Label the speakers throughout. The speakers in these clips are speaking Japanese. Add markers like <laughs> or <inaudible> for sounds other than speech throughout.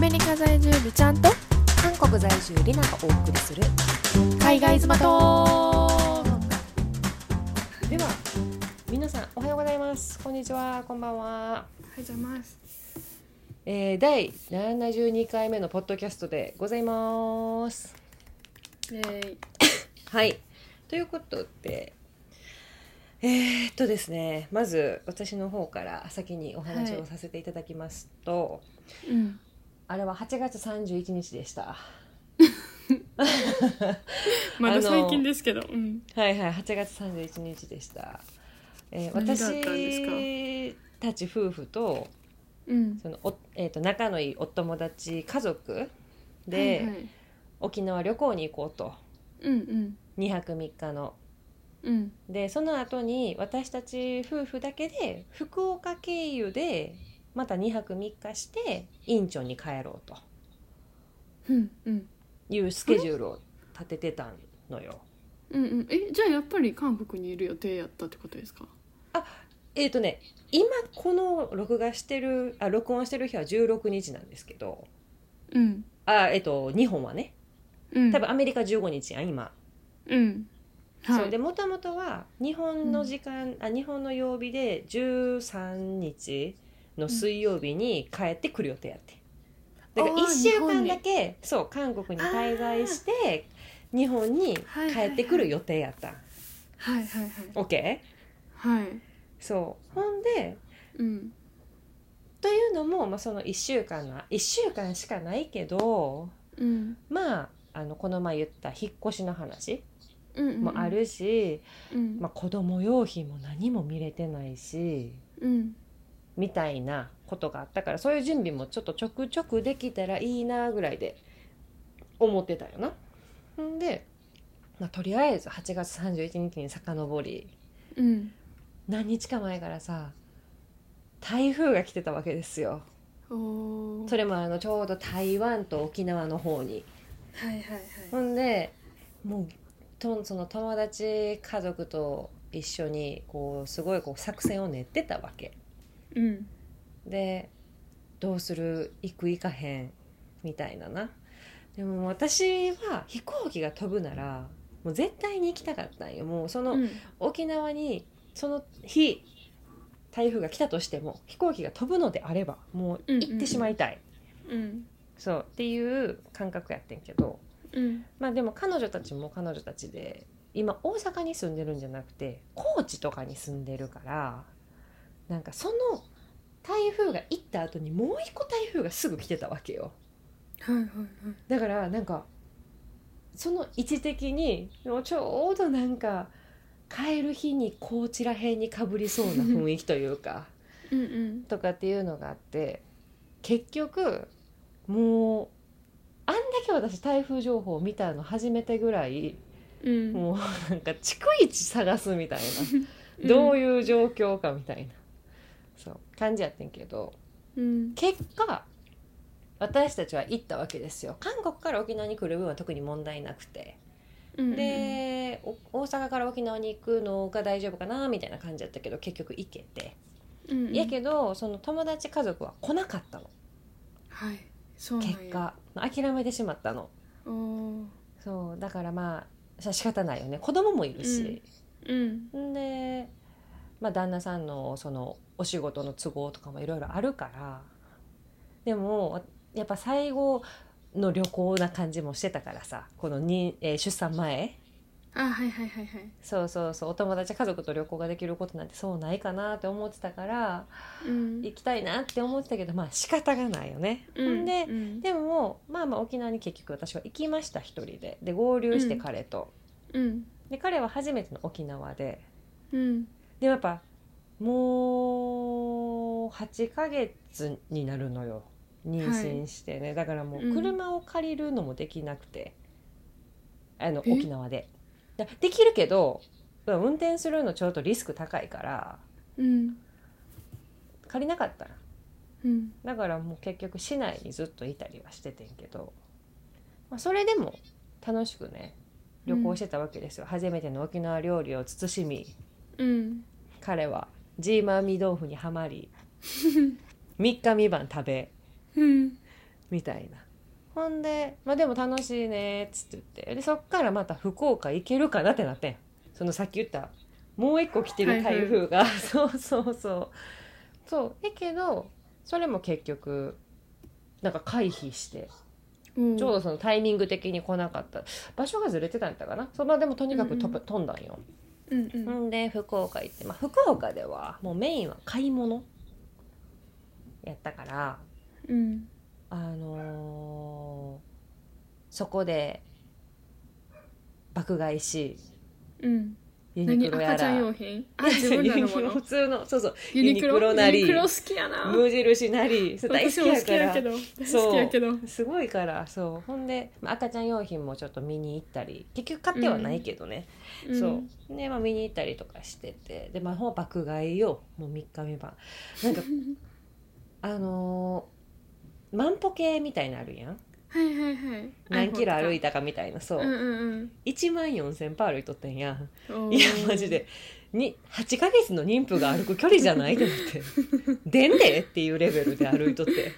Speaker 1: メリカ在住美ちゃんと
Speaker 2: 韓国在住リナがお送りする
Speaker 1: 海外妻と
Speaker 2: では皆さんおはようございますこんにちはこんばんは、
Speaker 1: はいざます
Speaker 2: えー、第72回目のポッドキャストでございます
Speaker 1: イエーイ
Speaker 2: はいということでえー、っとですねまず私の方から先にお話
Speaker 1: は
Speaker 2: を
Speaker 1: い
Speaker 2: させていただきますと、
Speaker 1: うん
Speaker 2: あれは8月31日でした
Speaker 1: ま
Speaker 2: あ
Speaker 1: だ
Speaker 2: の
Speaker 1: 最近ですけどうん
Speaker 2: はいはい、8月31日でした。えー
Speaker 1: 何があったんですか
Speaker 2: 私たち夫婦と
Speaker 1: うん
Speaker 2: そのお、えー、と仲のいいお友達家族で、
Speaker 1: はいはい
Speaker 2: 沖縄旅行に行こうと
Speaker 1: うんうん
Speaker 2: 2泊3日の。
Speaker 1: うん
Speaker 2: でその後に私たち夫婦だけで福岡経由でまた2泊3日してインチョンに帰ろうと
Speaker 1: うんうん
Speaker 2: いうスケジュールを立ててたのよ。
Speaker 1: うんうんえじゃあやっぱり韓国にいる予定やったってことですか
Speaker 2: えーとね今この録画してるあ録音してる日は16日なんですけど。
Speaker 1: うん
Speaker 2: あえっと日本はね
Speaker 1: うん
Speaker 2: 多分アメリカ15日やん今、
Speaker 1: うんは
Speaker 2: そう
Speaker 1: い
Speaker 2: でもともとは日本の時間、あ日本の曜日で13日の水曜日に帰ってくる予定やってだから
Speaker 1: あー
Speaker 2: 1週間だけそう韓国に滞在して日本に帰ってくる予定やった、
Speaker 1: はいはい
Speaker 2: OK?
Speaker 1: はいはい
Speaker 2: そうほんで
Speaker 1: うん
Speaker 2: というのも、まあ、その1週間の1週間しかないけど
Speaker 1: うん
Speaker 2: まああのこの前言った引っ越しの話
Speaker 1: うんうん
Speaker 2: もあるし、
Speaker 1: うん
Speaker 2: まあ、子供用品も何も見れてないし
Speaker 1: うん
Speaker 2: みたいなことがあったからそういう準備もちょっとちょくちょくできたらいいなぐらいで思ってたよな。ほんで、まあ、とりあえず8月31日に遡り
Speaker 1: うん
Speaker 2: 何日か前からさ台風が来てたわけですよ。
Speaker 1: おー
Speaker 2: それもあのちょうど台湾と沖縄の方に。
Speaker 1: はいはい
Speaker 2: ほんでもうとその友達家族と一緒にこうすごいこう作戦を練ってたわけ。
Speaker 1: いうん
Speaker 2: でどうする行く行かへんみたいななでも私は飛行機が飛ぶならもう絶対に行きたかったんよもうその
Speaker 1: うん
Speaker 2: 沖縄にその日台風が来たとしても飛行機が飛ぶのであればもう行ってしまいたい、
Speaker 1: うん
Speaker 2: そうっていう感覚やってんけど
Speaker 1: うん
Speaker 2: まあでも彼女たちも彼女たちで今大阪に住んでるんじゃなくて高知とかに住んでるからなんかその台風が行った後にもう一個台風がすぐ来てたわけよ
Speaker 1: はいはいはい
Speaker 2: だからなんかその位置的にもうちょうどなんか帰る日に高知ら辺にかぶりそうな雰囲気というか
Speaker 1: うんうん
Speaker 2: とかっていうのがあって結局もうあんだけ私台風情報を見たの初めてぐらい
Speaker 1: うん
Speaker 2: もうなんか逐一探すみたいなどういう状況かみたいな、そう感じやってんけど
Speaker 1: うん
Speaker 2: 結果私たちは行ったわけですよ韓国から沖縄に来る分は特に問題なくて、
Speaker 1: うん
Speaker 2: でお大阪から沖縄に行くのが大丈夫かなみたいな感じだったけど結局行けて、
Speaker 1: うんうん
Speaker 2: やけどその友達家族は来なかったの
Speaker 1: はいそうなんや
Speaker 2: 結果諦めてしまったの
Speaker 1: おー
Speaker 2: そうだからまあさ仕方ないよね子供もいるし、
Speaker 1: うんうん
Speaker 2: んで、まあ、旦那さんのそのお仕事の都合とかもいろいろあるからでもやっぱ最後の旅行な感じもしてたからさこのに、えー出産前
Speaker 1: あはいはいはいはい
Speaker 2: そうそうそうお友達家族と旅行ができることなんてそうないかなって思ってたから
Speaker 1: うん
Speaker 2: 行きたいなって思ってたけどまあ仕方がないよね。ほんで
Speaker 1: うん
Speaker 2: でもまあまあ沖縄に結局私は行きました一人でで合流して彼と、
Speaker 1: うん
Speaker 2: で彼は初めての沖縄で
Speaker 1: うん
Speaker 2: でもやっぱもう8ヶ月になるのよ妊娠してね、だからもううん車を借りるのもできなくて、あの
Speaker 1: え
Speaker 2: 沖縄でだできるけど運転するのちょっとリスク高いから
Speaker 1: うん
Speaker 2: 借りなかったら
Speaker 1: うん
Speaker 2: だからもう結局市内にずっといたりはしててんけど、まあ、それでも楽しくね旅行してたわけですよ、初めての沖縄料理を慎み
Speaker 1: うん
Speaker 2: 彼はジ
Speaker 1: <laughs>
Speaker 2: ーマーミ豆腐にはまり三日三晩食べ
Speaker 1: うん
Speaker 2: みたいなほんで「まあ、でも楽しいね」っつって言ってでそっからまた福岡行けるかなってなってんそのさっき言ったもう一個来てる台風が、 <laughs> そうそうそうそうえけどそれも結局なんか回避して
Speaker 1: うん
Speaker 2: ちょうどそのタイミング的に来なかった場所がずれてたんやったかなそうまあでもとにかくと
Speaker 1: うんうん
Speaker 2: 飛んだんよ、
Speaker 1: うんうん
Speaker 2: んで福岡行って、まあ、福岡ではもうメインは買い物やったから
Speaker 1: うん
Speaker 2: あのーそこで爆買いし
Speaker 1: うん
Speaker 2: ユ
Speaker 1: 何
Speaker 2: ニクロや
Speaker 1: 赤ちゃ
Speaker 2: ら
Speaker 1: ん用品あ自分らのも
Speaker 2: <laughs> 普
Speaker 1: の
Speaker 2: 通のそうそう
Speaker 1: ユニクロ
Speaker 2: ユニクロなり
Speaker 1: ユニクロ好きやな
Speaker 2: 無印なりそう大
Speaker 1: 私
Speaker 2: 好
Speaker 1: も好
Speaker 2: きや
Speaker 1: き
Speaker 2: か
Speaker 1: や
Speaker 2: ら
Speaker 1: けど大
Speaker 2: そう
Speaker 1: 好きやけど
Speaker 2: すごいからそうほんで、まあ、赤ちゃん用品もちょっと見に行ったり結局買ってはないけどね、そうねまあ見に行ったりとかしててでまあほぼ爆買いをもう3日目晩なんかあのー万歩計みたいなのあるやん
Speaker 1: はいはいはい
Speaker 2: 何キロ歩い
Speaker 1: て
Speaker 2: たかみたいなそう、
Speaker 1: うんうん
Speaker 2: 1万4,000歩歩いとったんやん
Speaker 1: うん
Speaker 2: いやマジでに8ヶ月の妊婦が歩く距離じゃないと思って
Speaker 1: <laughs>
Speaker 2: 「でんで!」っていうレベルで歩いとって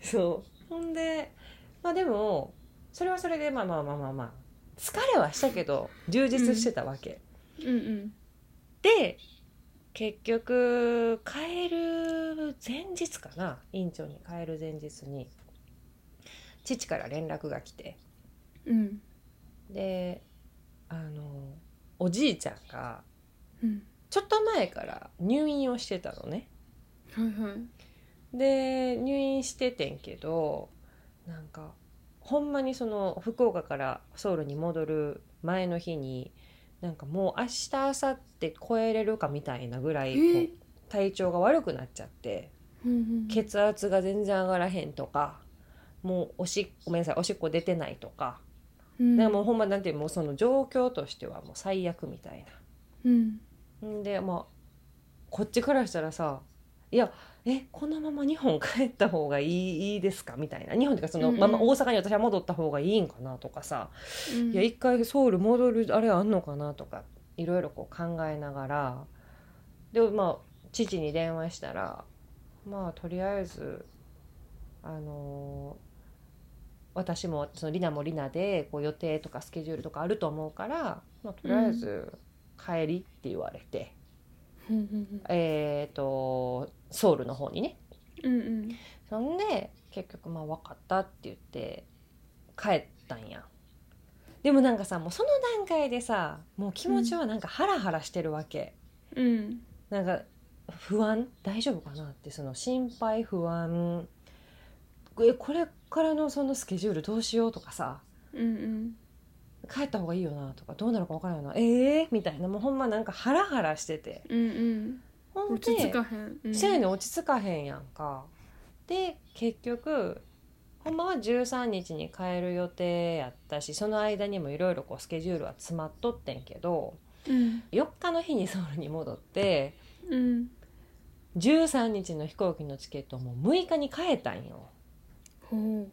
Speaker 2: そうほんでまあでもそれはそれでまあまあまあまあまあ疲れはしたけど充実してたわけ、
Speaker 1: うんうん
Speaker 2: で結局帰る前日かな院長に帰る前日に父から連絡が来て
Speaker 1: うん
Speaker 2: であのおじいちゃんが
Speaker 1: うん
Speaker 2: ちょっと前から入院をしてたのね
Speaker 1: はいはい
Speaker 2: で入院しててんけどなんかほんまにその福岡からソウルに戻る前の日になんかもう明日明後日超えれるかみたいなぐらいこう
Speaker 1: えー
Speaker 2: 体調が悪くなっちゃって
Speaker 1: うんうん
Speaker 2: 血圧が全然上がらへんとかもうおしっごめんなさいおしっこ出てないとか,、
Speaker 1: うん
Speaker 2: なんかもうほんまなんていうもうその状況としてはもう最悪みたい
Speaker 1: う
Speaker 2: な。
Speaker 1: ん
Speaker 2: んでまあこっちからしたらさ「いやえこのまま日本帰った方がいいいいですか?」みたいな日本っていうかその、
Speaker 1: うんうん
Speaker 2: まあまあ大阪に私は戻った方がいいんかなとかさ、
Speaker 1: うん
Speaker 2: いや一回ソウル戻るあれあんのかなとかいろいろこう考えながらでまあ父に電話したらまあとりあえずあのー私もそのリナもリナでこう予定とかスケジュールとかあると思うから、まあ、とりあえず帰りって言われて。
Speaker 1: うんうん
Speaker 2: えー、とソウルの方にね
Speaker 1: うんうん
Speaker 2: そんで結局まあ分かったって言って帰ったんやでもなんかさもうその段階でさもう気持ちはなんかハラハラしてるわけ、
Speaker 1: うん
Speaker 2: なんか不安大丈夫かなってその心配不安えこれからのそのスケジュールどうしようとかさ
Speaker 1: うん
Speaker 2: 帰った方がいいよなとかどうなるか分からんよなええー、みたいなもうほんまなんかハラハラしてて
Speaker 1: うんうん
Speaker 2: ほん
Speaker 1: 落ち
Speaker 2: で
Speaker 1: 着かへんうん
Speaker 2: せやねん落ち着かへんやんか。で結局ほんまは13日に帰る予定やったしその間にもいろいろスケジュールは詰まっとってんけど
Speaker 1: うん
Speaker 2: 4日の日にソウルに戻って
Speaker 1: うん
Speaker 2: 13日の飛行機のチケットをもう6日に変えたんよ。
Speaker 1: ほ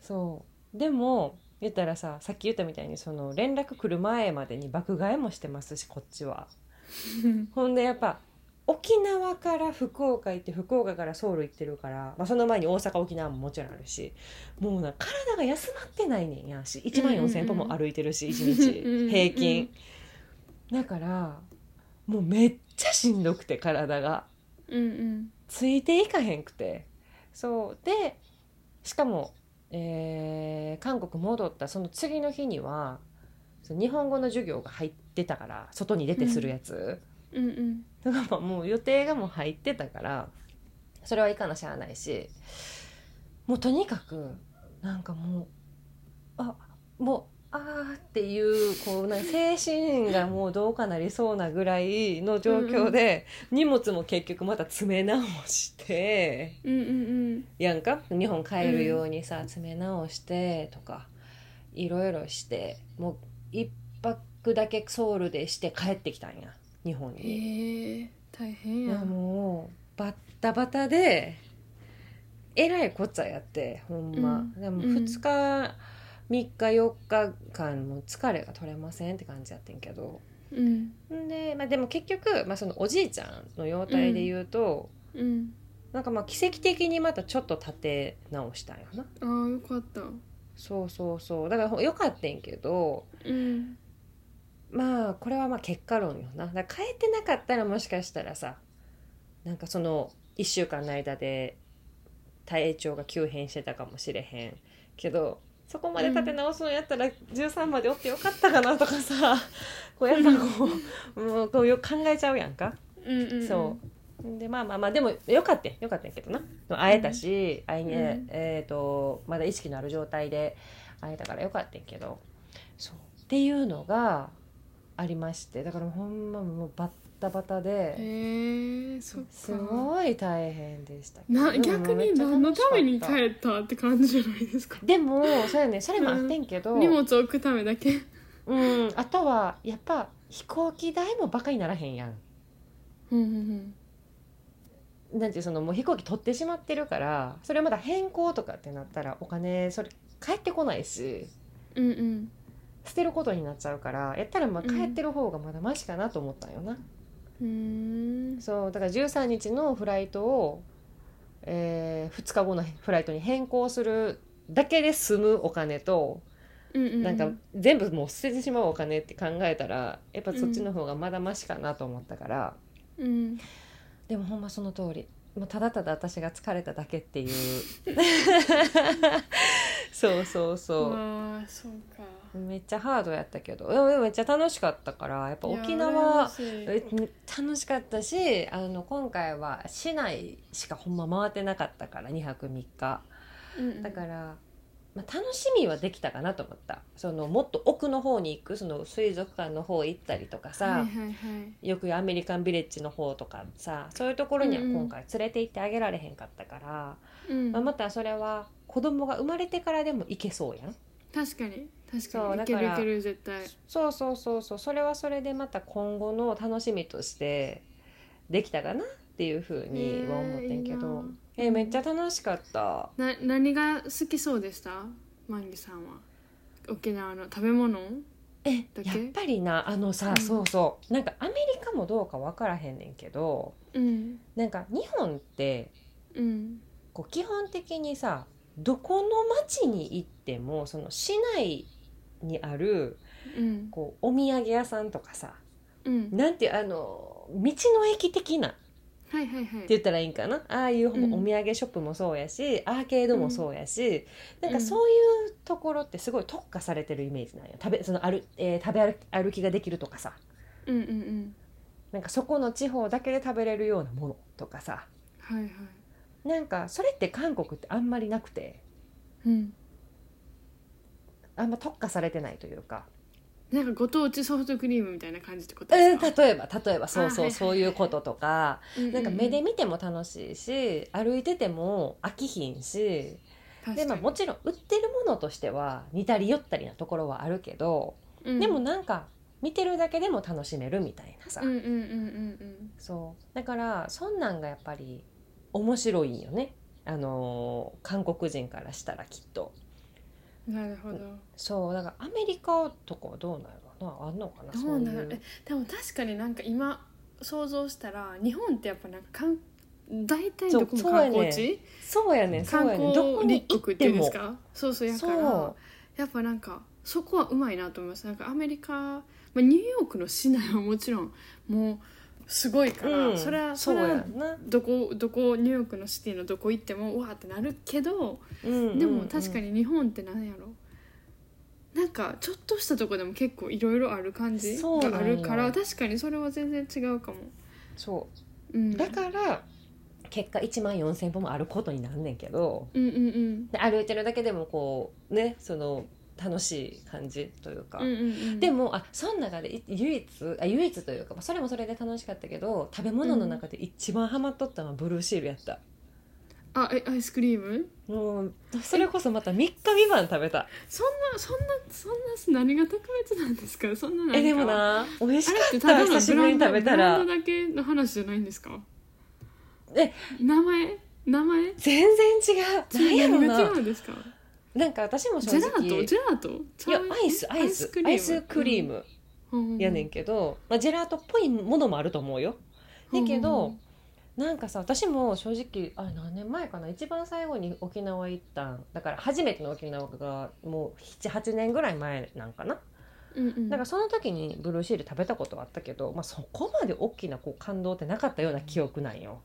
Speaker 2: そうでも言ったらささっき言ったみたいにその連絡来る前までに爆買いもしてますしこっちは。
Speaker 1: う
Speaker 2: ほんでやっぱ沖縄から福岡行って福岡からソウル行ってるから、まあ、その前に大阪沖縄ももちろんあるしもうな体が休まってないねんやし1万4,000歩も歩いてるし一
Speaker 1: うんうんう
Speaker 2: 日
Speaker 1: ん
Speaker 2: 平均だからもうめっちゃしんどくて体が
Speaker 1: うん
Speaker 2: ついていかへんくてそうでしかも、えー韓国戻ったその次の日にはその日本語の授業が入ってたから外に出てするやつ。
Speaker 1: うんうんうん
Speaker 2: だからまあもう予定がもう入ってたからそれはいかなしゃあないしもうとにかくなんかもうあもうあーっていうこうなんか精神がもうどうかなりそうなぐらいの状況で荷物も結局また詰め直して
Speaker 1: うんうん
Speaker 2: やんか日本帰るようにさ詰め直してとかいろいろしてもう一泊だけソウルでして帰ってきたんや日本に。
Speaker 1: へえ大変
Speaker 2: い
Speaker 1: や
Speaker 2: やもうバッタバタでえらいこっちゃやってほんま、
Speaker 1: うん
Speaker 2: でも
Speaker 1: うん
Speaker 2: 2日、3日4日間もう疲れが取れませんって感じやってんけど
Speaker 1: うん
Speaker 2: んで、まあ、でも結局、まあ、そのおじいちゃんの容態で言うと、
Speaker 1: うん
Speaker 2: なんかまあ奇跡的にまたちょっと立て直したんやな
Speaker 1: あーよかった
Speaker 2: そうそうそうだからほよかったんけど
Speaker 1: うん
Speaker 2: まあこれはまあ結果論よなだから変えてなかったらもしかしたらさなんかその1週間の間で体調が急変してたかもしれへんけどそこまで立て直すのやったら13までおってよかったかなとかさ、こうやっぱこうもうこうよ考えちゃうやんか。
Speaker 1: うんうん
Speaker 2: そうでまあまあまあでもよかったよよかったんやけどな会えたし、会いに
Speaker 1: うん
Speaker 2: えー、とまだ意識のある状態で会えたからよかったんやけどそうっていうのがありましてだからほんまもうバッタバ
Speaker 1: う
Speaker 2: タ
Speaker 1: へ
Speaker 2: で
Speaker 1: えそっか
Speaker 2: すごい大変でしたけど
Speaker 1: な
Speaker 2: でも
Speaker 1: 逆
Speaker 2: めっ
Speaker 1: に
Speaker 2: ちゃ楽
Speaker 1: 何の
Speaker 2: しかった
Speaker 1: めに帰ったって感じじゃないですか
Speaker 2: でもそうやねそれもあってんけど、
Speaker 1: 荷物を置くためだけ
Speaker 2: うん、あとはやっぱ飛行機代もバカにならへんやん。
Speaker 1: うんうん
Speaker 2: なんていうそのもう飛行機取ってしまってるからそれまだ変更とかってなったらお金それ返ってこないし
Speaker 1: うんうんうん
Speaker 2: 捨てることになっちゃうからやったらまあ
Speaker 1: うん
Speaker 2: 帰ってる方がまだマシかなと思ったんよな、
Speaker 1: うーん
Speaker 2: そうだから13日のフライトを、え2日後のフライトに変更するだけで済むお金と、
Speaker 1: うんうん
Speaker 2: なんか全部もう捨ててしまうお金って考えたらやっぱそっちの方がまだマシかなと思ったから、
Speaker 1: うん
Speaker 2: でもほんまその通りもうただただ私が疲れただけっていう
Speaker 1: <laughs>
Speaker 2: そうそうそう
Speaker 1: ああそうか
Speaker 2: めっちゃハードやったけどでもでもめっちゃ楽しかったからやっぱ沖縄
Speaker 1: いや
Speaker 2: え楽しかったしあの今回は市内しかほんま回ってなかったから2泊3日だ
Speaker 1: ら
Speaker 2: から、まあ、楽しみはできたかなと思ったそのもっと奥の方に行くその水族館の方行ったりとかさ、
Speaker 1: はいはいはい
Speaker 2: よく言うアメリカンビレッジの方とかさそういうところには
Speaker 1: うんうん
Speaker 2: 今回連れて行ってあげられへんかったから、
Speaker 1: うん
Speaker 2: まあ、またそれは子供が生まれてからでも行けそうやん
Speaker 1: 確かに確
Speaker 2: そ
Speaker 1: かに
Speaker 2: うだ
Speaker 1: いけ
Speaker 2: から
Speaker 1: るいける絶対
Speaker 2: そうそうそうそうそれはそれでまた今後の楽しみとしてできたかなっていうふうには思ってんけど、え
Speaker 1: えいいな
Speaker 2: めっちゃ楽しかった
Speaker 1: な何が好きそうでしたマンギさんは沖縄の食べ物
Speaker 2: え
Speaker 1: だけ
Speaker 2: やっぱりなあのさ、
Speaker 1: うん
Speaker 2: そうそうなんかアメリカもどうか分からへんねんけど
Speaker 1: うん
Speaker 2: なんか日本って
Speaker 1: うん
Speaker 2: こう基本的にさどこの町に行ってもその市内にある
Speaker 1: うん
Speaker 2: こうお土産屋さんとかさ
Speaker 1: うん
Speaker 2: なんていうあの道の駅的なって
Speaker 1: はいはいはい
Speaker 2: 言ったらいいんかなああいうほんま
Speaker 1: うん
Speaker 2: お土産ショップもそうやし、アーケードもそうやし、
Speaker 1: うん
Speaker 2: なんかそういうところってすごい特化されてるイメージなんや食べその歩、えー食べ歩き歩きができるとかさ
Speaker 1: うんうんうん
Speaker 2: なんかそこの地方だけで食べれるようなものとかさ
Speaker 1: はいはい
Speaker 2: なんかそれって韓国ってあんまりなくて
Speaker 1: うん
Speaker 2: あんま特化されてないというか。
Speaker 1: なんかご当地ソフトクリームみたいな感じってこと
Speaker 2: うん
Speaker 1: ですか、
Speaker 2: 例えば例えばそうそ
Speaker 1: はいはいは
Speaker 2: う
Speaker 1: い
Speaker 2: そういうこととか
Speaker 1: うう
Speaker 2: なんか目で見ても楽しいし歩いてても飽きひんし
Speaker 1: 確か
Speaker 2: で、
Speaker 1: に
Speaker 2: まあ、もちろん売ってるものとしては似たり寄ったりなところはあるけど
Speaker 1: うん
Speaker 2: でもなんか見てるだけでも楽しめるみたいなさ
Speaker 1: うんうんうんうん
Speaker 2: そうだからそんなんがやっぱり面白いんよねあのー韓国人からしたらきっと
Speaker 1: うんなるほど
Speaker 2: そうだからアメリカとかはどうなるのかなあんのかな
Speaker 1: どうな
Speaker 2: そうい
Speaker 1: る
Speaker 2: う
Speaker 1: えでも確かになんか今想像したら日本ってやっぱなんかかん大体どこも
Speaker 2: そうそうや
Speaker 1: 観
Speaker 2: ね
Speaker 1: 光地、
Speaker 2: そうやねんそう
Speaker 1: 観
Speaker 2: やねんどこ
Speaker 1: 光
Speaker 2: に
Speaker 1: 立
Speaker 2: 行
Speaker 1: 国
Speaker 2: っ
Speaker 1: っていうん
Speaker 2: て
Speaker 1: で
Speaker 2: も
Speaker 1: すかそうそうやか
Speaker 2: そう
Speaker 1: らやっぱなんかそこはうまいなと思いますなんかアメリカ、まあ、ニューヨークの市内はもちろんもうすごいから、それはそれ
Speaker 2: う
Speaker 1: は
Speaker 2: やな、
Speaker 1: どこどこニューヨークのシティのどこ行ってもうわーってなるけどでも確か
Speaker 2: に
Speaker 1: に日本ってなんやろなんかちょっとしたとこでも結構いろいろある感じ
Speaker 2: そうなんよ
Speaker 1: があるから確かにそれは全然違うかも、
Speaker 2: そ
Speaker 1: うん、
Speaker 2: うだから結果1万4,000歩も歩くことになんねんけど
Speaker 1: うんうんうん
Speaker 2: で歩いてるだけでもこうねその楽しい感じというか、
Speaker 1: うんうんうん
Speaker 2: でもあその中でい唯一あ唯一というかまあそれもそれで楽しかったけど食べ物の中で一番ハマっとったのはブルーシールやった。
Speaker 1: あえアイスクリーム
Speaker 2: もうそれこそまた3日未満食べた
Speaker 1: そんなそんなそんな何が特別なんですかそんななんか
Speaker 2: えでもな美味
Speaker 1: あ
Speaker 2: し
Speaker 1: れ
Speaker 2: か
Speaker 1: って
Speaker 2: った
Speaker 1: だの
Speaker 2: 久し
Speaker 1: ブ
Speaker 2: ぶ
Speaker 1: ラ
Speaker 2: り
Speaker 1: ン
Speaker 2: に
Speaker 1: ド
Speaker 2: 食べたら
Speaker 1: ブランドだけの話じゃないんですか
Speaker 2: え
Speaker 1: 名前名前
Speaker 2: 全然違う何やろ
Speaker 1: 何が違
Speaker 2: な
Speaker 1: うんですか
Speaker 2: なんか私も
Speaker 1: ジ
Speaker 2: 正
Speaker 1: ェラート
Speaker 2: 直
Speaker 1: ジェラート
Speaker 2: いやアイスアイスアイスクリー
Speaker 1: ム
Speaker 2: ム
Speaker 1: うんうんうん
Speaker 2: やねんけど、まあ、ジェラートっぽいものもあると思うよだけど、なんかさ私も正直あれ何年前かな一番最後に沖縄行ったんだから初めての沖縄がもう78年ぐらい前なんかな
Speaker 1: うんうん
Speaker 2: だからその時にブルーシール食べたことはあったけど、まあ、そこまで大きなこう感動ってなかったような記憶なんよ。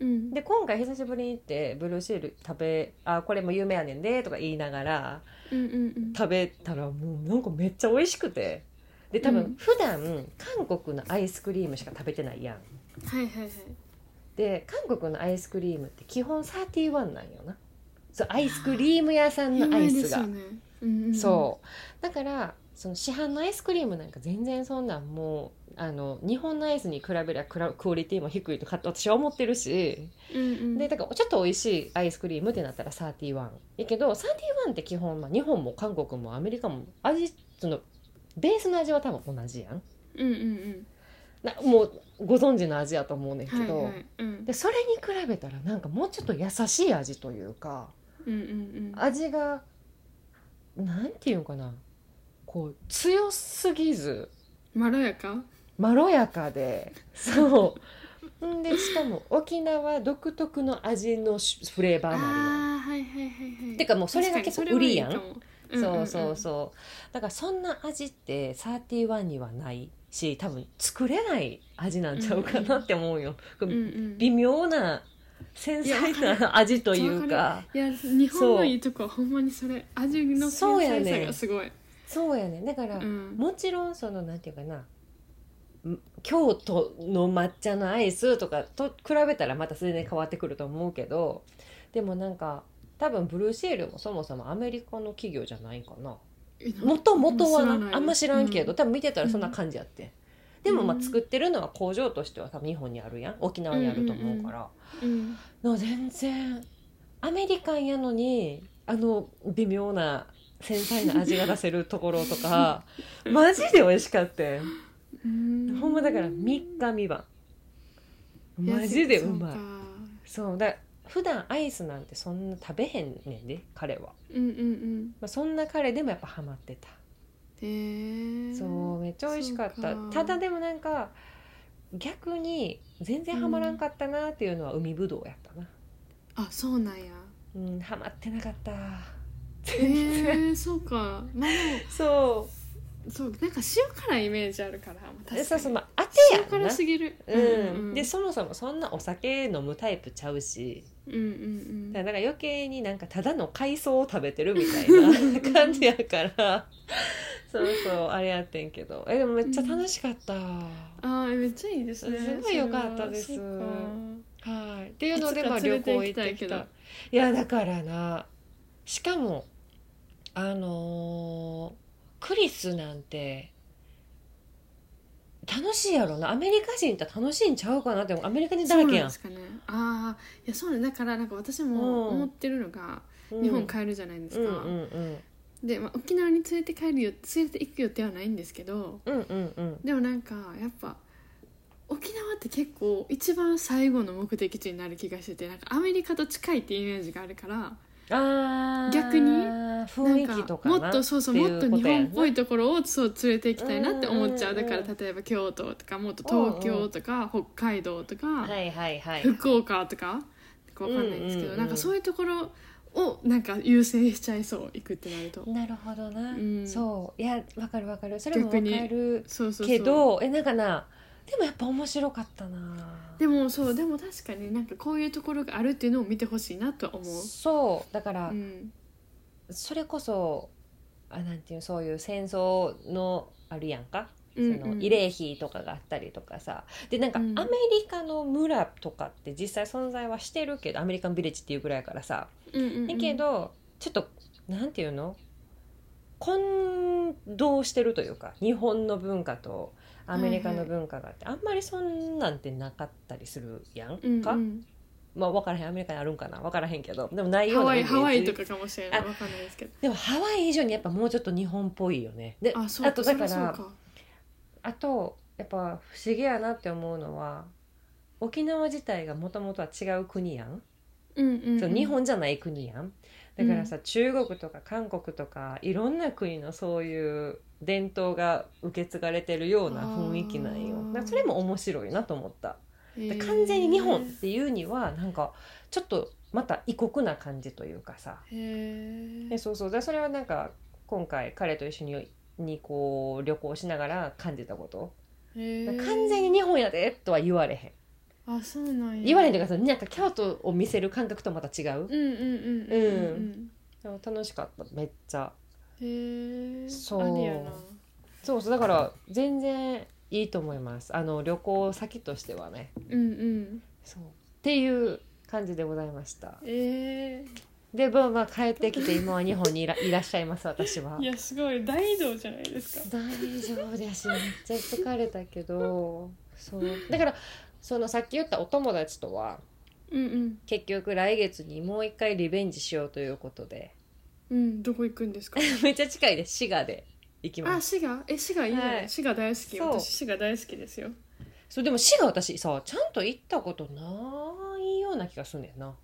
Speaker 1: うん
Speaker 2: で今回久しぶりに行ってブルーシール食べ「あこれも有名やねんで」とか言いながら
Speaker 1: うんうんうん
Speaker 2: 食べたらもうなんかめっちゃ美味しくてで多
Speaker 1: うん
Speaker 2: 分普段韓国のアイスクリームしか食べてないやん。
Speaker 1: はいはいはい
Speaker 2: で韓国のアイスクリームって基本31なんよなそうアイスクリーム屋さん
Speaker 1: 有
Speaker 2: のアイ
Speaker 1: 名で
Speaker 2: ス
Speaker 1: す
Speaker 2: が
Speaker 1: よ、ねうんうん、
Speaker 2: そうだからその市販のアイスクリームなんか全然そんなんもうあの日本のアイスに比べりゃクラクオリティも低いとかって私は思ってるし、
Speaker 1: うんうん、
Speaker 2: でだからちょっと美味しいアイスクリームってなったら31やけど31って基本、まあ、日本も韓国もアメリカも味そのベースの味は多分同じやん
Speaker 1: うんうん
Speaker 2: なもうご存知の味やと思うねん
Speaker 1: うん
Speaker 2: け
Speaker 1: はい
Speaker 2: ど。
Speaker 1: はいうん
Speaker 2: でそれに比べたらなんかもうちょっと優しい味というか
Speaker 1: うんうんうん
Speaker 2: 味がなんていうのかなこう強すぎず
Speaker 1: まろやか
Speaker 2: まろやかで
Speaker 1: <laughs>
Speaker 2: そううんでしかも沖縄独特の味のしフレーバーもあ
Speaker 1: あーはいはいはいはい
Speaker 2: てかもうそれが結構売りやん
Speaker 1: 確かに
Speaker 2: るやん、そうそう
Speaker 1: う
Speaker 2: そうだからそんな味って31にはないし多分作れない味なんちゃうかなって思うよ、
Speaker 1: んうんうん
Speaker 2: 微妙な繊細な味という
Speaker 1: い
Speaker 2: か。
Speaker 1: いや日本のいいとこはほんまにそれ味の繊細さがすごい、
Speaker 2: そうやねだから、
Speaker 1: うん
Speaker 2: もちろんそのなんていうかなん京都の抹茶のアイスとかと比べたらまた全然変わってくると思うけどでもなんか多分ブルーシールもそもそもアメリカの企業じゃないんかなもともとは
Speaker 1: 知らない
Speaker 2: なあんま知らんけ
Speaker 1: う
Speaker 2: ど、
Speaker 1: ん
Speaker 2: 多分見てたらそんな感じやって、でもま
Speaker 1: う
Speaker 2: あ
Speaker 1: ん
Speaker 2: 作ってるのは工場としては多分日本にあるやん沖縄にあると思うから、
Speaker 1: うん
Speaker 2: の全然アメリカンやのにあの微妙な繊細な味が出せるところと
Speaker 1: <laughs>
Speaker 2: かマジで美味しかったよ
Speaker 1: うん
Speaker 2: ほんまだから3日3晩マジでうまい
Speaker 1: そか
Speaker 2: そうだ普段アイスなんてそんな食べへんねんで彼は、
Speaker 1: うんうんうん
Speaker 2: まあ、そんな彼でもやっぱハマってた
Speaker 1: へー
Speaker 2: そうめっちゃ美味しかっ
Speaker 1: そ
Speaker 2: た
Speaker 1: うか
Speaker 2: ただでもなんか逆に全然ハマらんかったなっていうのは海ぶどうやったな
Speaker 1: あそうなんや
Speaker 2: うんハマってなかった
Speaker 1: へえー、そうかまあで
Speaker 2: そう
Speaker 1: もそうなんか塩辛いイメージあるから確かに
Speaker 2: そうそうまあ当てや
Speaker 1: 塩
Speaker 2: んな
Speaker 1: 辛すぎる
Speaker 2: うんで
Speaker 1: で
Speaker 2: そもそもそんなお酒飲むタイプちゃうし
Speaker 1: うんうん
Speaker 2: だからなんか余計になんかただの海藻を食べてるみたい
Speaker 1: <laughs>
Speaker 2: な感じやからそうそうあれやってんけどえでもめっちゃ楽しかった、
Speaker 1: うんあーめっちゃいいですね
Speaker 2: すごい良かったです
Speaker 1: それは
Speaker 2: はいっていうので
Speaker 1: いつか
Speaker 2: まあ旅
Speaker 1: 連れて行
Speaker 2: 行
Speaker 1: き
Speaker 2: 行ったて
Speaker 1: いけ
Speaker 2: き
Speaker 1: ど
Speaker 2: たいやだからなしかもあのークリスなんて楽しいやろなアメリカ人って楽しいんちゃうかなってアメリカ人だ
Speaker 1: そう
Speaker 2: ら
Speaker 1: かそう
Speaker 2: け
Speaker 1: なん
Speaker 2: や
Speaker 1: で
Speaker 2: ん
Speaker 1: すかねああいやそうねだからなんか私も
Speaker 2: うん
Speaker 1: 思ってるのが、
Speaker 2: うん
Speaker 1: 日本帰るじゃないです
Speaker 2: うん
Speaker 1: か、
Speaker 2: うんうん
Speaker 1: で、まあ、沖縄に連れて帰るよ連れて行く予定はないんですけど
Speaker 2: うんうんうん
Speaker 1: でもなんかやっぱ沖縄って結構一番最後の目的地になる気がしててなんかアメリカと近いってイメージがあるから
Speaker 2: あー
Speaker 1: 逆に
Speaker 2: 雰囲気とか
Speaker 1: な
Speaker 2: なん
Speaker 1: もっとそうそうもっと日本っぽいところをそう連れて行きたいなって思っちゃう
Speaker 2: うんうん
Speaker 1: だ
Speaker 2: うん
Speaker 1: から例えば京都とかもっと東京とか北海道とか、
Speaker 2: ははいはいはい
Speaker 1: 福岡とかわかんないんですけど、
Speaker 2: うんうんうん
Speaker 1: なんかそういうところをなんか優先しちゃいそう行くってなると
Speaker 2: なるほどな、
Speaker 1: うん
Speaker 2: そういやわかるわかるそれも
Speaker 1: 逆
Speaker 2: わか
Speaker 1: に
Speaker 2: る
Speaker 1: そうそうそう
Speaker 2: けどえなんかなでもやっぱ面白かったな
Speaker 1: でもそうでも確かになんかこういうところがあるっていうのを見てほしいなとは思う、
Speaker 2: そうだから、
Speaker 1: うん、
Speaker 2: それこそあなんていうそういう戦争のあるやんかそ
Speaker 1: うんうん
Speaker 2: の慰霊碑とかがあったりとかさでなんかア
Speaker 1: うん
Speaker 2: メリカの村とかって実際存在はしてるけどアメリカンビレッジっていうぐらいやからさ
Speaker 1: うんうんうん
Speaker 2: だけどちょっとなんていうの混同してるというか日本の文化とアメリカの文化があって、あんまりそんなんてなかったりするやん
Speaker 1: うんうん
Speaker 2: か、まあ分からへんアメリカにあるんかな分からへんけどでもないよ
Speaker 1: ハ
Speaker 2: うな
Speaker 1: ワイ
Speaker 2: イメージ
Speaker 1: ハワイとかかもしれない
Speaker 2: あ
Speaker 1: わかんないですけど
Speaker 2: でもハワイ以上にやっぱもうちょっと日本っぽいよねで
Speaker 1: あそう
Speaker 2: とだから
Speaker 1: そりゃそうか
Speaker 2: あとやっぱ不思議やなって思うのは沖縄自体がもともとは違う国やん、
Speaker 1: うんうんうん
Speaker 2: そう日本じゃない国やんだからさ、中国とか韓国とかいろんな国のそういう伝統が受け継がれてるような雰囲気なんよ
Speaker 1: あー
Speaker 2: だからそれも面白いなと思ったで完全に日本っていうにはなんかちょっとまた異国な感じというかさ
Speaker 1: へえ
Speaker 2: でそうそうでそれはなんか今回彼と一緒ににこう旅行しながら感じたこと完全に日本やでとは言われへん
Speaker 1: あそうなんや
Speaker 2: 言われへんというかそのなんか京都を見せる感覚とまた違う
Speaker 1: うんうんうんうん
Speaker 2: でも楽しかっためっちゃ
Speaker 1: うんへえ
Speaker 2: そう
Speaker 1: ありやな
Speaker 2: そうそうだから全然いいと思いますあの旅行先としてはね
Speaker 1: うんうん
Speaker 2: そうっていう感じでございました
Speaker 1: え
Speaker 2: でまあまあ帰ってきて今は日本にいら <laughs> いらっしゃいます私は
Speaker 1: ー、いやすごい大移動じゃないですか
Speaker 2: 大丈夫だしめっちゃ疲れたけどそう <laughs> だからそのさっき言ったお友達とは
Speaker 1: うんうん
Speaker 2: 結局来月にもう一回リベンジしようということで
Speaker 1: うんどこ行くんですか
Speaker 2: <laughs> めっちゃ近いです滋賀で行きま
Speaker 1: あ
Speaker 2: す
Speaker 1: 滋賀え滋賀いいね、
Speaker 2: はい
Speaker 1: 滋賀大好き
Speaker 2: そう
Speaker 1: 私滋賀大好きですよ
Speaker 2: そうでも滋賀私さちゃんと行ったことないような気がすんねんな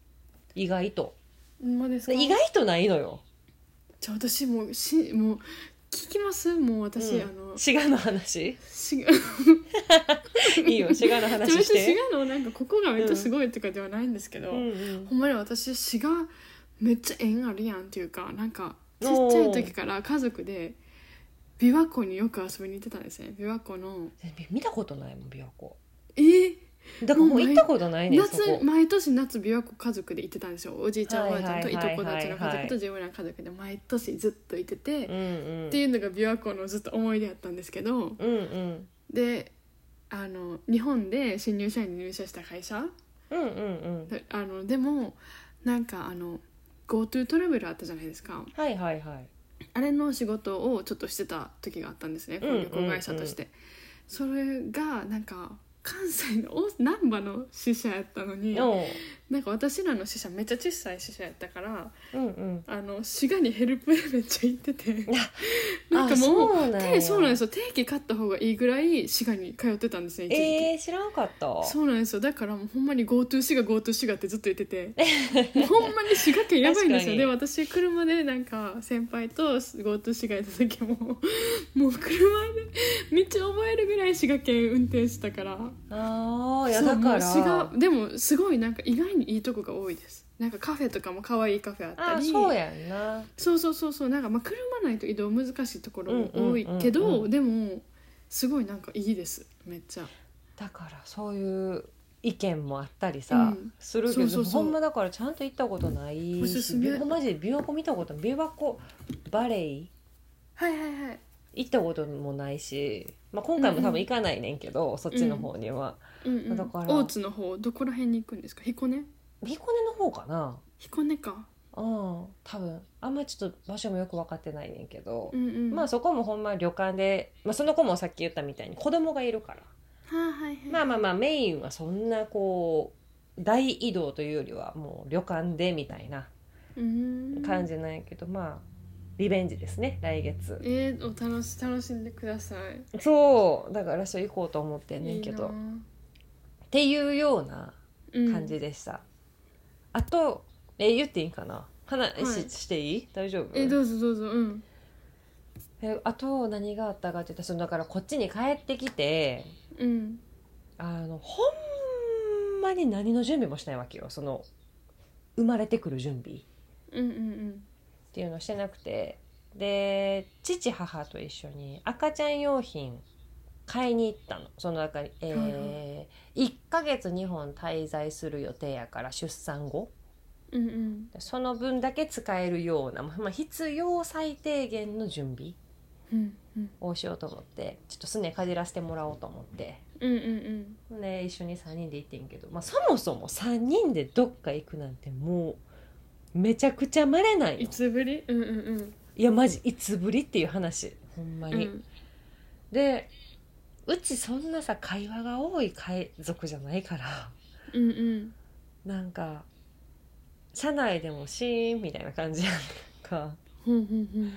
Speaker 2: 意外と
Speaker 1: ほんまですか
Speaker 2: で意外とないのよ
Speaker 1: じゃあ私もうしもう聞きますもう私、
Speaker 2: うん
Speaker 1: あの
Speaker 2: 滋賀の <laughs> 話
Speaker 1: 滋 <laughs> 賀
Speaker 2: いいよ滋賀の
Speaker 1: 別
Speaker 2: 話
Speaker 1: に
Speaker 2: し
Speaker 1: 滋
Speaker 2: て
Speaker 1: 賀のなんかここがめっちゃすごいとかではないんですけど、
Speaker 2: うんうん
Speaker 1: ほんまに私滋賀めっちゃ縁あるやんっていうかなんかちっちゃい時から家族で琵琶湖によく遊びに行ってたんですね琵琶湖の
Speaker 2: え見たことないもん琵琶湖
Speaker 1: えー
Speaker 2: だからも
Speaker 1: も
Speaker 2: う
Speaker 1: うない
Speaker 2: 行ったことないねんそこ
Speaker 1: 夏毎年夏琵琶湖家族で行ってたんですよおじいちゃんおばあちゃんと
Speaker 2: はい
Speaker 1: い
Speaker 2: はい
Speaker 1: と
Speaker 2: はい
Speaker 1: こたちの家
Speaker 2: はい
Speaker 1: 族と自分らの家族で毎年ずっと行ってて、
Speaker 2: う
Speaker 1: っ
Speaker 2: んうん
Speaker 1: ていうのが琵琶湖のずっと思い出やったんですけど
Speaker 2: うんうん
Speaker 1: であの日本で新入社員に入社した会社
Speaker 2: うんうんうん
Speaker 1: であのでもなんかあの GoTo トラベルあったじゃないですか
Speaker 2: はいはいはい
Speaker 1: あれの仕事をちょっとしてた時があったんですね、こう
Speaker 2: うん
Speaker 1: 旅行会社として、それがなんか関西の大難波の支社やったのに
Speaker 2: おう
Speaker 1: なんか私らの支社めっちゃ小さい支社やったから
Speaker 2: うんうん
Speaker 1: あの滋賀にヘルプでめっちゃ行ってて <laughs>
Speaker 2: あ
Speaker 1: なんかもう
Speaker 2: そうなんや
Speaker 1: でそうなんですよ定期買った方がいいぐらい滋賀に通ってたんですね一時期、
Speaker 2: えー、知らんかった
Speaker 1: そうなんですよだからもうほんまに GoTo 滋賀 GoTo 滋賀ってずっと言って
Speaker 2: <laughs>
Speaker 1: てもうほんまに滋賀県やばいんです
Speaker 2: 確か
Speaker 1: よ
Speaker 2: に
Speaker 1: で私車でなんか先輩と GoTo 滋賀行った時も <laughs> もう車で道覚えるぐらい滋賀県運転したから
Speaker 2: ああいや
Speaker 1: そう
Speaker 2: だか
Speaker 1: もう
Speaker 2: ら
Speaker 1: 滋賀でもすごいなんか意外にいいとこが多いですなんかカフェとかも可愛いカフェあった
Speaker 2: あ
Speaker 1: り
Speaker 2: そうやんな
Speaker 1: そうそうそうそうなんかまあ車ないと移動難しいところも多いけ
Speaker 2: うんうんうん
Speaker 1: ど、
Speaker 2: うん
Speaker 1: でもすごいなんかいいですめっちゃ
Speaker 2: だからそういう意見もあったりさ、
Speaker 1: うん
Speaker 2: するけど
Speaker 1: そうそうそう
Speaker 2: ほんまだからちゃんと行ったことない
Speaker 1: お
Speaker 2: し
Speaker 1: すすめ
Speaker 2: 琵琶湖マジで琵琶湖見たことない琵琶湖バレー
Speaker 1: はいはいはい
Speaker 2: 行ったこともないし、まあ、今回も多
Speaker 1: うんう
Speaker 2: 分
Speaker 1: ん
Speaker 2: 行かないねんけど、そっちの方には、
Speaker 1: うんうん、
Speaker 2: だから
Speaker 1: 大津の方どこら辺に行くんですか彦根
Speaker 2: 彦根の方かな
Speaker 1: 彦根か
Speaker 2: うん多分あんまちょっと場所もよく分かってないねんけど
Speaker 1: う、んうん
Speaker 2: まあそこもほんま旅館で、まあ、その子もさっき言ったみたいに子供がいるから、
Speaker 1: はいはいはい
Speaker 2: まあまあまあメインはそんなこう大移動というよりはもう旅館でみたいな
Speaker 1: うーん
Speaker 2: 感じなんやけど、まあリベンジですね来月
Speaker 1: えー、お楽し楽しんでください
Speaker 2: そうだからそう行こうと思ってんね
Speaker 1: い
Speaker 2: ん
Speaker 1: い
Speaker 2: け
Speaker 1: な
Speaker 2: どっていうような
Speaker 1: うん
Speaker 2: 感じでした、あとえ言っていいんかな話し,、
Speaker 1: はい
Speaker 2: していい大丈夫
Speaker 1: えどうぞどうぞうん
Speaker 2: えあと何があったかって言ったらそのだからこっちに帰ってきて
Speaker 1: うん
Speaker 2: あのほんまに何の準備もしないわけよその生まれてくる準備っ
Speaker 1: うんうん
Speaker 2: ていうのをしてなくてで父母と一緒に赤ちゃん用品買いに行ったのその中に、え
Speaker 1: はい
Speaker 2: 1ヶ月2本滞在する予定やから出産後
Speaker 1: うんうんうん
Speaker 2: その分だけ使えるような、まあ、必要最低限の準備
Speaker 1: うんうん
Speaker 2: をしようと思ってちょっとすねかじらせてもらおうと思って
Speaker 1: うんうん
Speaker 2: ね、一緒に3人で行ってんけど、まあ、そもそも3人でどっか行くなんてもうめちゃくちゃまれな
Speaker 1: うん
Speaker 2: い
Speaker 1: い
Speaker 2: よ
Speaker 1: つぶりうんうんうん
Speaker 2: いやマジいつぶりっていう話ほんま
Speaker 1: う
Speaker 2: に、
Speaker 1: ん
Speaker 2: でうちそんなさ会話が多い海族じゃないから
Speaker 1: うんうん
Speaker 2: なんか社内でもシーンみたいな感じやんか
Speaker 1: ふんふんふん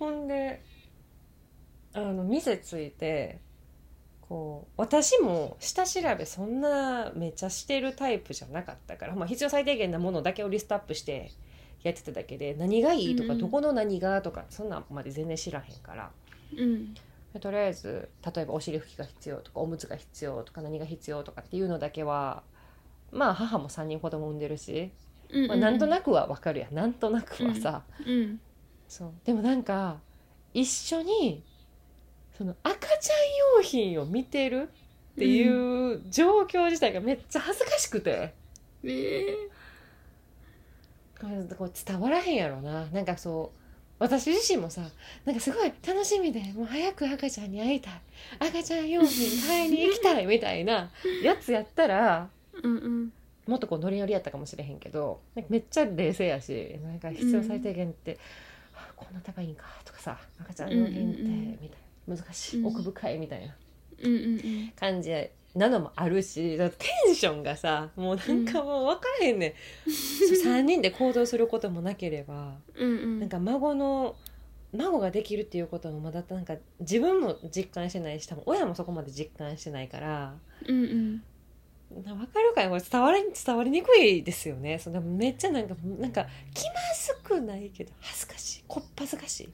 Speaker 2: ほんであの店ついてこう私も下調べそんなめちゃしてるタイプじゃなかったから、まあ、必要最低限なものだけをリストアップしてやってただけで何がいいと
Speaker 1: うん
Speaker 2: か
Speaker 1: うん
Speaker 2: どこの何がとかそんなんまで全然知らへんから、
Speaker 1: うん
Speaker 2: でとりあえず例えばお尻拭きが必要とかおむつが必要とか何が必要とかっていうのだけはまあ母も3人子供産んでるし、
Speaker 1: うん
Speaker 2: まあ、なんと
Speaker 1: く、
Speaker 2: なくは分かるやんなんとなくはさ、
Speaker 1: うん、
Speaker 2: そうでもなんか一緒にその赤ちゃん用品を見てるっていう状況自体がめっちゃ恥ずかしくて、
Speaker 1: ええ
Speaker 2: これこう伝わらへんやろななんかそう私自身もさなんかすごい楽しみでもう早く赤ちゃんに会いたい赤ちゃん用品買いに行きたいみたいなやつやったら
Speaker 1: うんうん
Speaker 2: もっとこうノリノリやったかもしれへんけどなんかめっちゃ冷静やしなんか必要最低限って、あこんな高いんかとかさ赤ちゃん用品って
Speaker 1: うんうんうん
Speaker 2: みたいな難しい
Speaker 1: うん
Speaker 2: 奥深いみたいな
Speaker 1: うんうん
Speaker 2: 感じなのもあるしだからテンションがさもうなんかもう分からへんねん、3人で行動することもなければ
Speaker 1: うんうん
Speaker 2: なんか孫の孫ができるっていうこともまだなんか自分も実感してないし多分親もそこまで実感してないから。
Speaker 1: うんうん
Speaker 2: な分かるかよこれ伝わり伝わりにくいですよねそのめっちゃなんかなんか気まずくないけど恥ずかしいこっぱずかし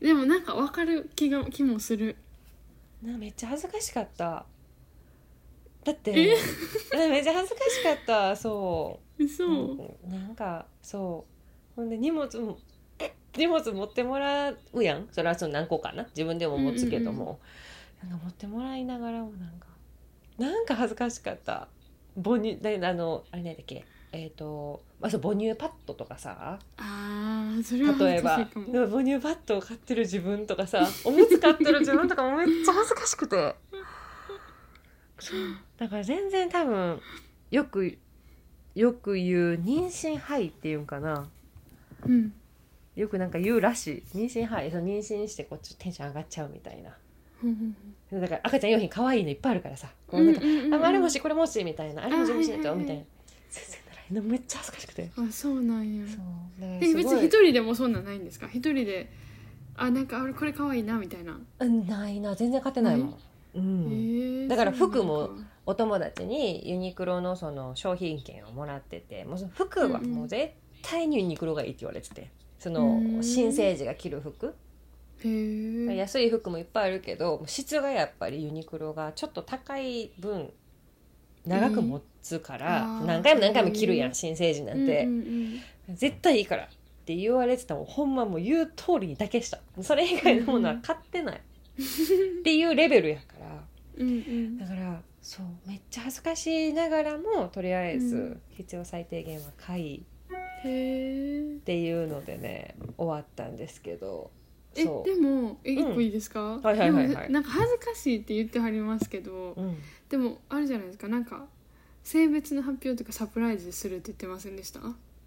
Speaker 1: でもなんかわかる気が気もする
Speaker 2: いなめっちゃ恥ずかしかっただって
Speaker 1: え
Speaker 2: なめっちゃ恥ずかしかったそ
Speaker 1: 嘘
Speaker 2: うなんかそうほんで荷物も荷物持ってもらうやんそれはその何個かな自分でも持つけども、なんか持ってもらいながらもなんかなんか恥ずかしかった母乳であのあれなんだっけえっ、と、まあ、そう母乳パッドとかさ
Speaker 1: あーそれは
Speaker 2: 例
Speaker 1: 恥
Speaker 2: え
Speaker 1: ずかしい
Speaker 2: ば
Speaker 1: かも
Speaker 2: 母乳パッドを買ってる自分とかさおむつ買ってる自分とかもめっちゃ恥ずかしくてそうだから全然多分よくよく言う妊娠肺っていうんかな
Speaker 1: うん
Speaker 2: よくなんか言うらしい妊娠肺そう妊娠してこっちテンション上がっちゃうみたいな
Speaker 1: ほんほん
Speaker 2: だから赤ちゃん用品可愛いのいっぱいあるからさこ
Speaker 1: ほ
Speaker 2: うなんか
Speaker 1: うんうんうんうん
Speaker 2: ああれもしこれもしみたいなあれもしもし
Speaker 1: あ
Speaker 2: だよ
Speaker 1: はいはいはい
Speaker 2: みたいな全然ならへんのめっちゃ恥ずかしくて
Speaker 1: あそうなんや
Speaker 2: そう
Speaker 1: え別に一人でもそんなんないんですか一人であなんかあれこれ可愛いなみたいな、
Speaker 2: ないな全然買ってないもん、うん、
Speaker 1: へー
Speaker 2: だから
Speaker 1: そうなん
Speaker 2: 服もお友達にユニクロのその商品券をもらっててもうその服はもう絶対にユニクロがいいって言われててそ
Speaker 1: うん
Speaker 2: の新生児が着る服
Speaker 1: へえ
Speaker 2: 安い服もいっぱいあるけど質がやっぱりユニクロがちょっと高い分長く持つから
Speaker 1: うんあー
Speaker 2: 何回も何回も着るや
Speaker 1: うん
Speaker 2: ん新成人なんて
Speaker 1: うんうん
Speaker 2: 絶対いいからって言われてたもんほんまもう言う通りにだけしたそれ以外のものは買っ
Speaker 1: <laughs>
Speaker 2: てないっていうレベルやから
Speaker 1: うんうん
Speaker 2: だからそうめっちゃ恥ずかしいながらもとりあえ
Speaker 1: う
Speaker 2: ず
Speaker 1: ん
Speaker 2: 必要最低限は買い
Speaker 1: へえ
Speaker 2: っていうのでね終わったんですけど
Speaker 1: えで
Speaker 2: そ
Speaker 1: もえ一
Speaker 2: うん
Speaker 1: 個いいですか、
Speaker 2: はいはいはいはい
Speaker 1: でもなんか恥ずかしいって言ってはりますけど、
Speaker 2: う、うん、
Speaker 1: でもあるじゃないですかなんか性別の発表とかサプライズするって言ってませんでした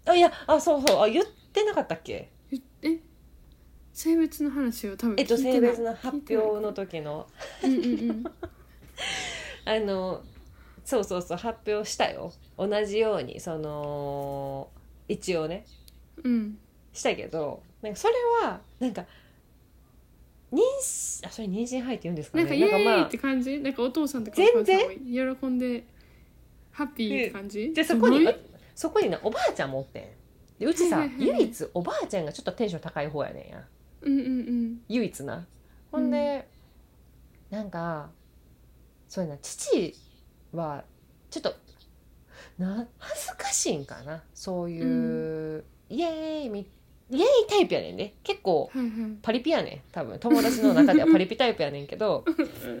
Speaker 2: あいやあそうそうあ言ってなかったっけ
Speaker 1: ええ性別の話を多分
Speaker 2: えっと、
Speaker 1: 聞いてない
Speaker 2: 性別の発表の時の
Speaker 1: うんうんうん
Speaker 2: あのそうそうそう発表したよ同じようにその一応ね
Speaker 1: うん
Speaker 2: したけどなんかそれはなんか妊娠あそれ妊娠肺って言うんですか
Speaker 1: なん
Speaker 2: ね
Speaker 1: かイエ
Speaker 2: ま
Speaker 1: ーイ
Speaker 2: あ
Speaker 1: って感じなんかお父さんとか
Speaker 2: 全
Speaker 1: お母さ
Speaker 2: 然
Speaker 1: んも喜んでハッピーって感じ
Speaker 2: でそこに
Speaker 1: す
Speaker 2: そこにねおばあちゃんもおってんでうち
Speaker 1: は
Speaker 2: さ
Speaker 1: いはいはい
Speaker 2: 唯一おばあちゃんがちょっとテンション高い方やねんや
Speaker 1: ごいうんうん
Speaker 2: 唯一なほんで、なんかそうやな父はちょっとな恥ずかしいんかなそういう、イエーイみイエーイタイプやねんね結構
Speaker 1: うんはいはい
Speaker 2: パリピやねん多分友達
Speaker 1: <laughs>
Speaker 2: の中ではパリピタイプやねんけど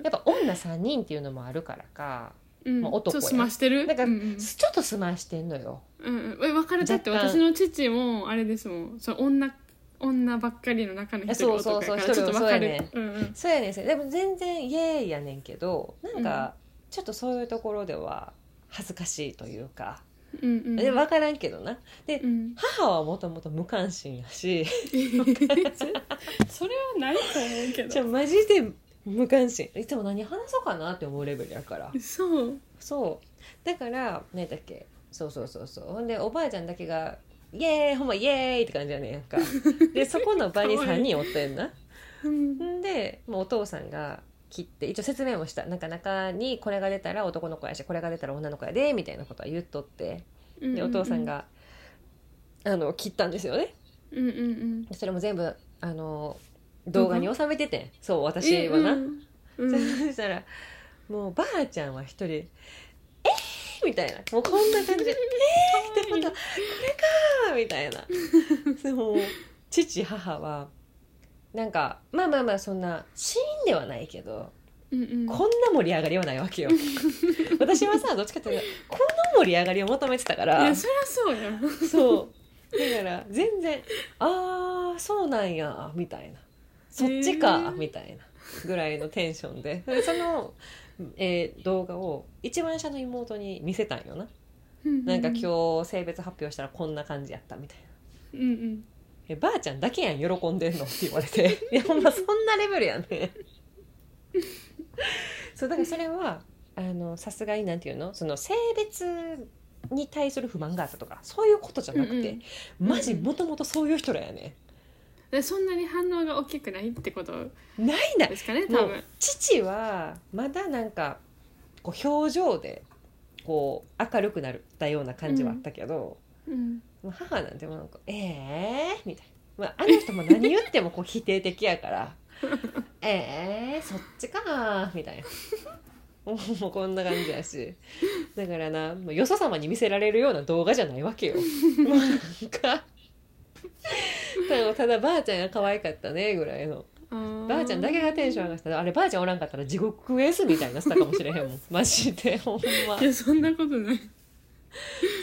Speaker 2: やっぱ女3人っていうのもあるからか
Speaker 1: うん
Speaker 2: まあ男
Speaker 1: ちょ
Speaker 2: や
Speaker 1: っと済ましてる
Speaker 2: なんか
Speaker 1: うんうん
Speaker 2: ちょっとすましてんのよ
Speaker 1: うんうんえ別れたって
Speaker 2: 若干
Speaker 1: 私の父もあれですもんそう女女ばっかりの中の一人が
Speaker 2: そうそ
Speaker 1: 男
Speaker 2: うそう
Speaker 1: やからちょっとわ
Speaker 2: 一人
Speaker 1: か
Speaker 2: はそう
Speaker 1: る
Speaker 2: やね
Speaker 1: うんうん
Speaker 2: そうやねんせでも全然イエーイやねんけどなんかちょっとそういうところでは恥ずかしいというか、
Speaker 1: うんうん
Speaker 2: で分からんけどなで <laughs>
Speaker 1: うん
Speaker 2: 母はもともと無関心やし
Speaker 1: それはないと思うけ
Speaker 2: じゃあマジで無関心いつも何話そうかなって思うレベルやから
Speaker 1: そう
Speaker 2: そうだから何だっけそうそうそうそうほんでおばあちゃんだけが「イエーイほんまイエーイ!」って感じやねんやんかでそこの場に
Speaker 1: かわい
Speaker 2: 3
Speaker 1: い
Speaker 2: 人おってんな
Speaker 1: うん
Speaker 2: んでもうお父さんが切って一応説明もしたなんか中にこれが出たら男の子やしこれが出たら女の子やでみたいなことは言っとってでお父さんが、あの切ったんですよね
Speaker 1: うんうんうん
Speaker 2: それも全部あの動画に収めててん、そう私
Speaker 1: え
Speaker 2: はな、
Speaker 1: うんうん
Speaker 2: そしたらもうばあちゃんは一人で「えー!」みたいなもうこんな感じ
Speaker 1: <laughs>
Speaker 2: で「えー!」ってまた「これか!」みたいなでも父母はなんかまあまあまあそんなシーンではないけど
Speaker 1: うんうん
Speaker 2: こんな盛り上がりはないわ
Speaker 1: <laughs>
Speaker 2: けよ私はさどっちかというとこの盛り上がりを求めてたか
Speaker 1: い
Speaker 2: ら
Speaker 1: やそりゃそうやん
Speaker 2: そうだから全然「あーそうなんや」みたいな「そっち
Speaker 1: へ
Speaker 2: か」
Speaker 1: ー
Speaker 2: みたいなぐらいのテンションででその、えー動画を一番下の妹に見せたんよな、 <laughs> なんか
Speaker 1: 日
Speaker 2: 今日性別発表したらこんな感じやったみたいな。
Speaker 1: うんうん
Speaker 2: えばあちゃんだけやん喜んでんのって言わ
Speaker 1: <laughs>
Speaker 2: れていやほんまそんなレベルやねそうだからそれはあのさすがになんていうのその性別に対する不満があったとかそういうことじゃなくて、
Speaker 1: うん
Speaker 2: マジもともとそういう人らやね
Speaker 1: でそんなに反応が大きくないってこと
Speaker 2: ないない
Speaker 1: ですかね
Speaker 2: も
Speaker 1: 多
Speaker 2: う
Speaker 1: 分
Speaker 2: 父はまだなんかこう表情でこう明るくなったような感じはあったけど、
Speaker 1: うん
Speaker 2: もう母なんてもうなんか「ええー?」みたいな、まあ、あの人も何言ってもこう否定的や <laughs> から「ええー、そっちかー」みたいなもうもうこんな感じやしだからなもうよそ様に見せられるような動画じゃないわ <laughs> けよもうなんかただただばあちゃんが可愛かったねぐらいのばあちゃんだけがテンション上がってたあればあちゃんおらんかったら地獄絵図みたいになってたかもしれへん <laughs> もんマジでほんま
Speaker 1: いやそんなことない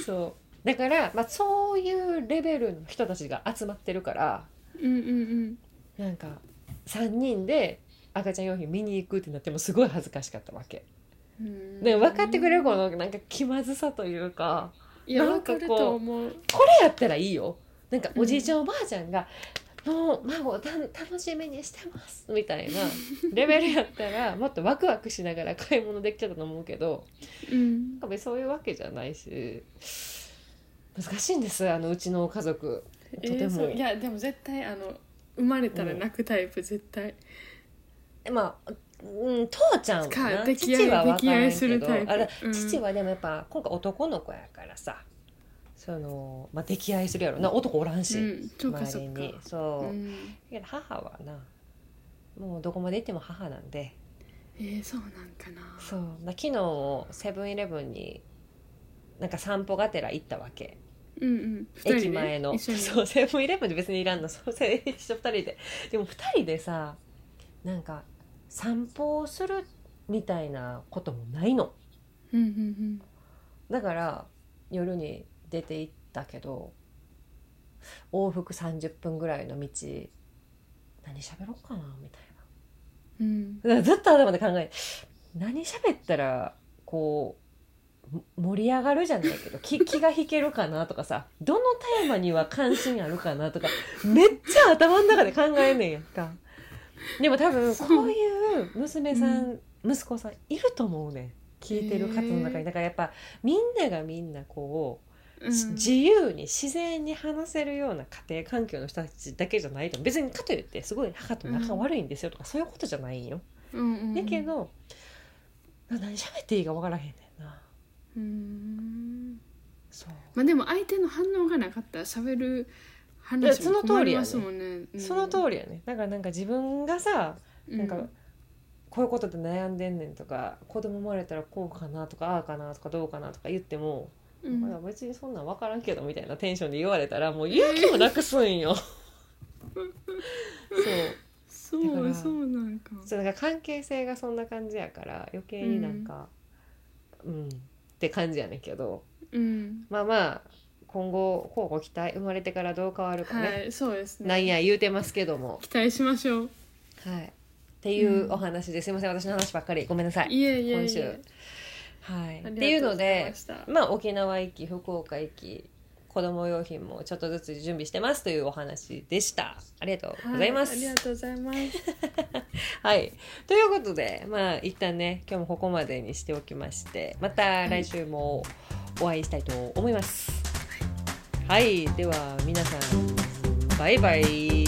Speaker 2: そうだから、まあ、そういうレベルの人たちが集まってるから
Speaker 1: うんうん
Speaker 2: なんか3人で赤ちゃん用品見に行くってなってもすごい恥ずかしかったわけ
Speaker 1: うん
Speaker 2: でも分かってくれるこのなんか気まずさというか
Speaker 1: いや
Speaker 2: なん
Speaker 1: 分
Speaker 2: か
Speaker 1: か
Speaker 2: こう
Speaker 1: ると思う
Speaker 2: これやったらいいよなんかおじいちゃんおばあちゃんが「の孫をた楽しみにしてます」みたいなレベルやったらもっとワクワクしながら買い物できちゃったと思うけど
Speaker 1: うん
Speaker 2: なんか別にそういうわけじゃないし難しいんですあのうちの家族と
Speaker 1: えー
Speaker 2: ても。
Speaker 1: そういやでも絶対あの生まれたら泣くタイプ絶対
Speaker 2: まあ、うん、父ちゃんはな
Speaker 1: か
Speaker 2: 父
Speaker 1: 溺愛
Speaker 2: は分からん
Speaker 1: 溺愛す
Speaker 2: け
Speaker 1: る
Speaker 2: ど
Speaker 1: タイプ
Speaker 2: あれ
Speaker 1: うん
Speaker 2: 父はでもやっぱ今回男の子やからさその、まあ、溺愛するやろな男おらん
Speaker 1: う
Speaker 2: し、
Speaker 1: んそうか
Speaker 2: 周
Speaker 1: そ
Speaker 2: り
Speaker 1: うか
Speaker 2: にそうう、だ
Speaker 1: ん
Speaker 2: けど母はなもうどこまで行っても母なんで
Speaker 1: えーそうなんかな
Speaker 2: そうだ昨日セブンイレブンになんか散歩がてら行ったわけ
Speaker 1: うんうん二人で
Speaker 2: 駅前の
Speaker 1: 一緒に
Speaker 2: そうセブンイレブンで別にいらんのそうせ一緒二人ででも二人でさなんか散歩をするみたいなこともないの
Speaker 1: うんうん
Speaker 2: だから夜に出て行ったけど往復30分ぐらいの道何喋ろうかなみたい
Speaker 1: うんうん
Speaker 2: なだからずっと頭で考え何喋ったらこうも盛り上がるじゃないけど気 <laughs> 気が引けるかなとかさどのテーマには関心あるかなとかめっちゃ頭の中で考えんねんやんかでも多分
Speaker 1: そう
Speaker 2: こういう娘さん、息子さんいると思うねん聞いてる方の中
Speaker 1: へ
Speaker 2: に
Speaker 1: ー
Speaker 2: だからやっぱみんながみんなこ
Speaker 1: う
Speaker 2: う、
Speaker 1: ん
Speaker 2: 自由に自然に話せるような家庭環境の人たちだけじゃないと別にかといってすごい母と仲悪いんですよとか、そういうことじゃないんよ。
Speaker 1: うんうん
Speaker 2: だけどな何喋っていいか分からへんねんな。
Speaker 1: うん
Speaker 2: そう
Speaker 1: まあでも相手の反応がなかったら喋る
Speaker 2: いや
Speaker 1: 話
Speaker 2: そ
Speaker 1: も
Speaker 2: の
Speaker 1: 困
Speaker 2: 通り
Speaker 1: り
Speaker 2: や
Speaker 1: ま
Speaker 2: ね
Speaker 1: すもんね。
Speaker 2: その通りやねだからなんか自分がさ
Speaker 1: り
Speaker 2: なんかこういうことで悩んでんねんとか子供生まれたらこうかなとかああかなとかどうかなとか言ってもまだ別にそんなん分からんけどみたいなテンションで言われたらもう勇気もなく
Speaker 1: <laughs>
Speaker 2: すんよ。そう
Speaker 1: そ
Speaker 2: だから
Speaker 1: うそうなんか。
Speaker 2: そうだから関係性がそんな感じやから余計になんかうん、って感じやねんけど
Speaker 1: うん。
Speaker 2: まあまあ今後こうご期待生まれてからどう変わるかね、
Speaker 1: はい、そうですね。
Speaker 2: なんや言うてますけども、
Speaker 1: 期待しましょう。
Speaker 2: はい、っていううんお話ですいません私の話ばっかりごめんなさい。
Speaker 1: いえいえ
Speaker 2: 今
Speaker 1: い
Speaker 2: 週
Speaker 1: え。
Speaker 2: はい、
Speaker 1: あ
Speaker 2: っ
Speaker 1: りがとうございました
Speaker 2: ていうのでまあ沖縄行き福岡行き子供用品もちょっとずつ準備してますというお話でしたありがとうございます
Speaker 1: はありがとうございます。
Speaker 2: <laughs> はい、ということでまあ一旦ね今日もここまでにしておきましてまた来週もお会いしたいと思いますはい、では皆さんバイバイ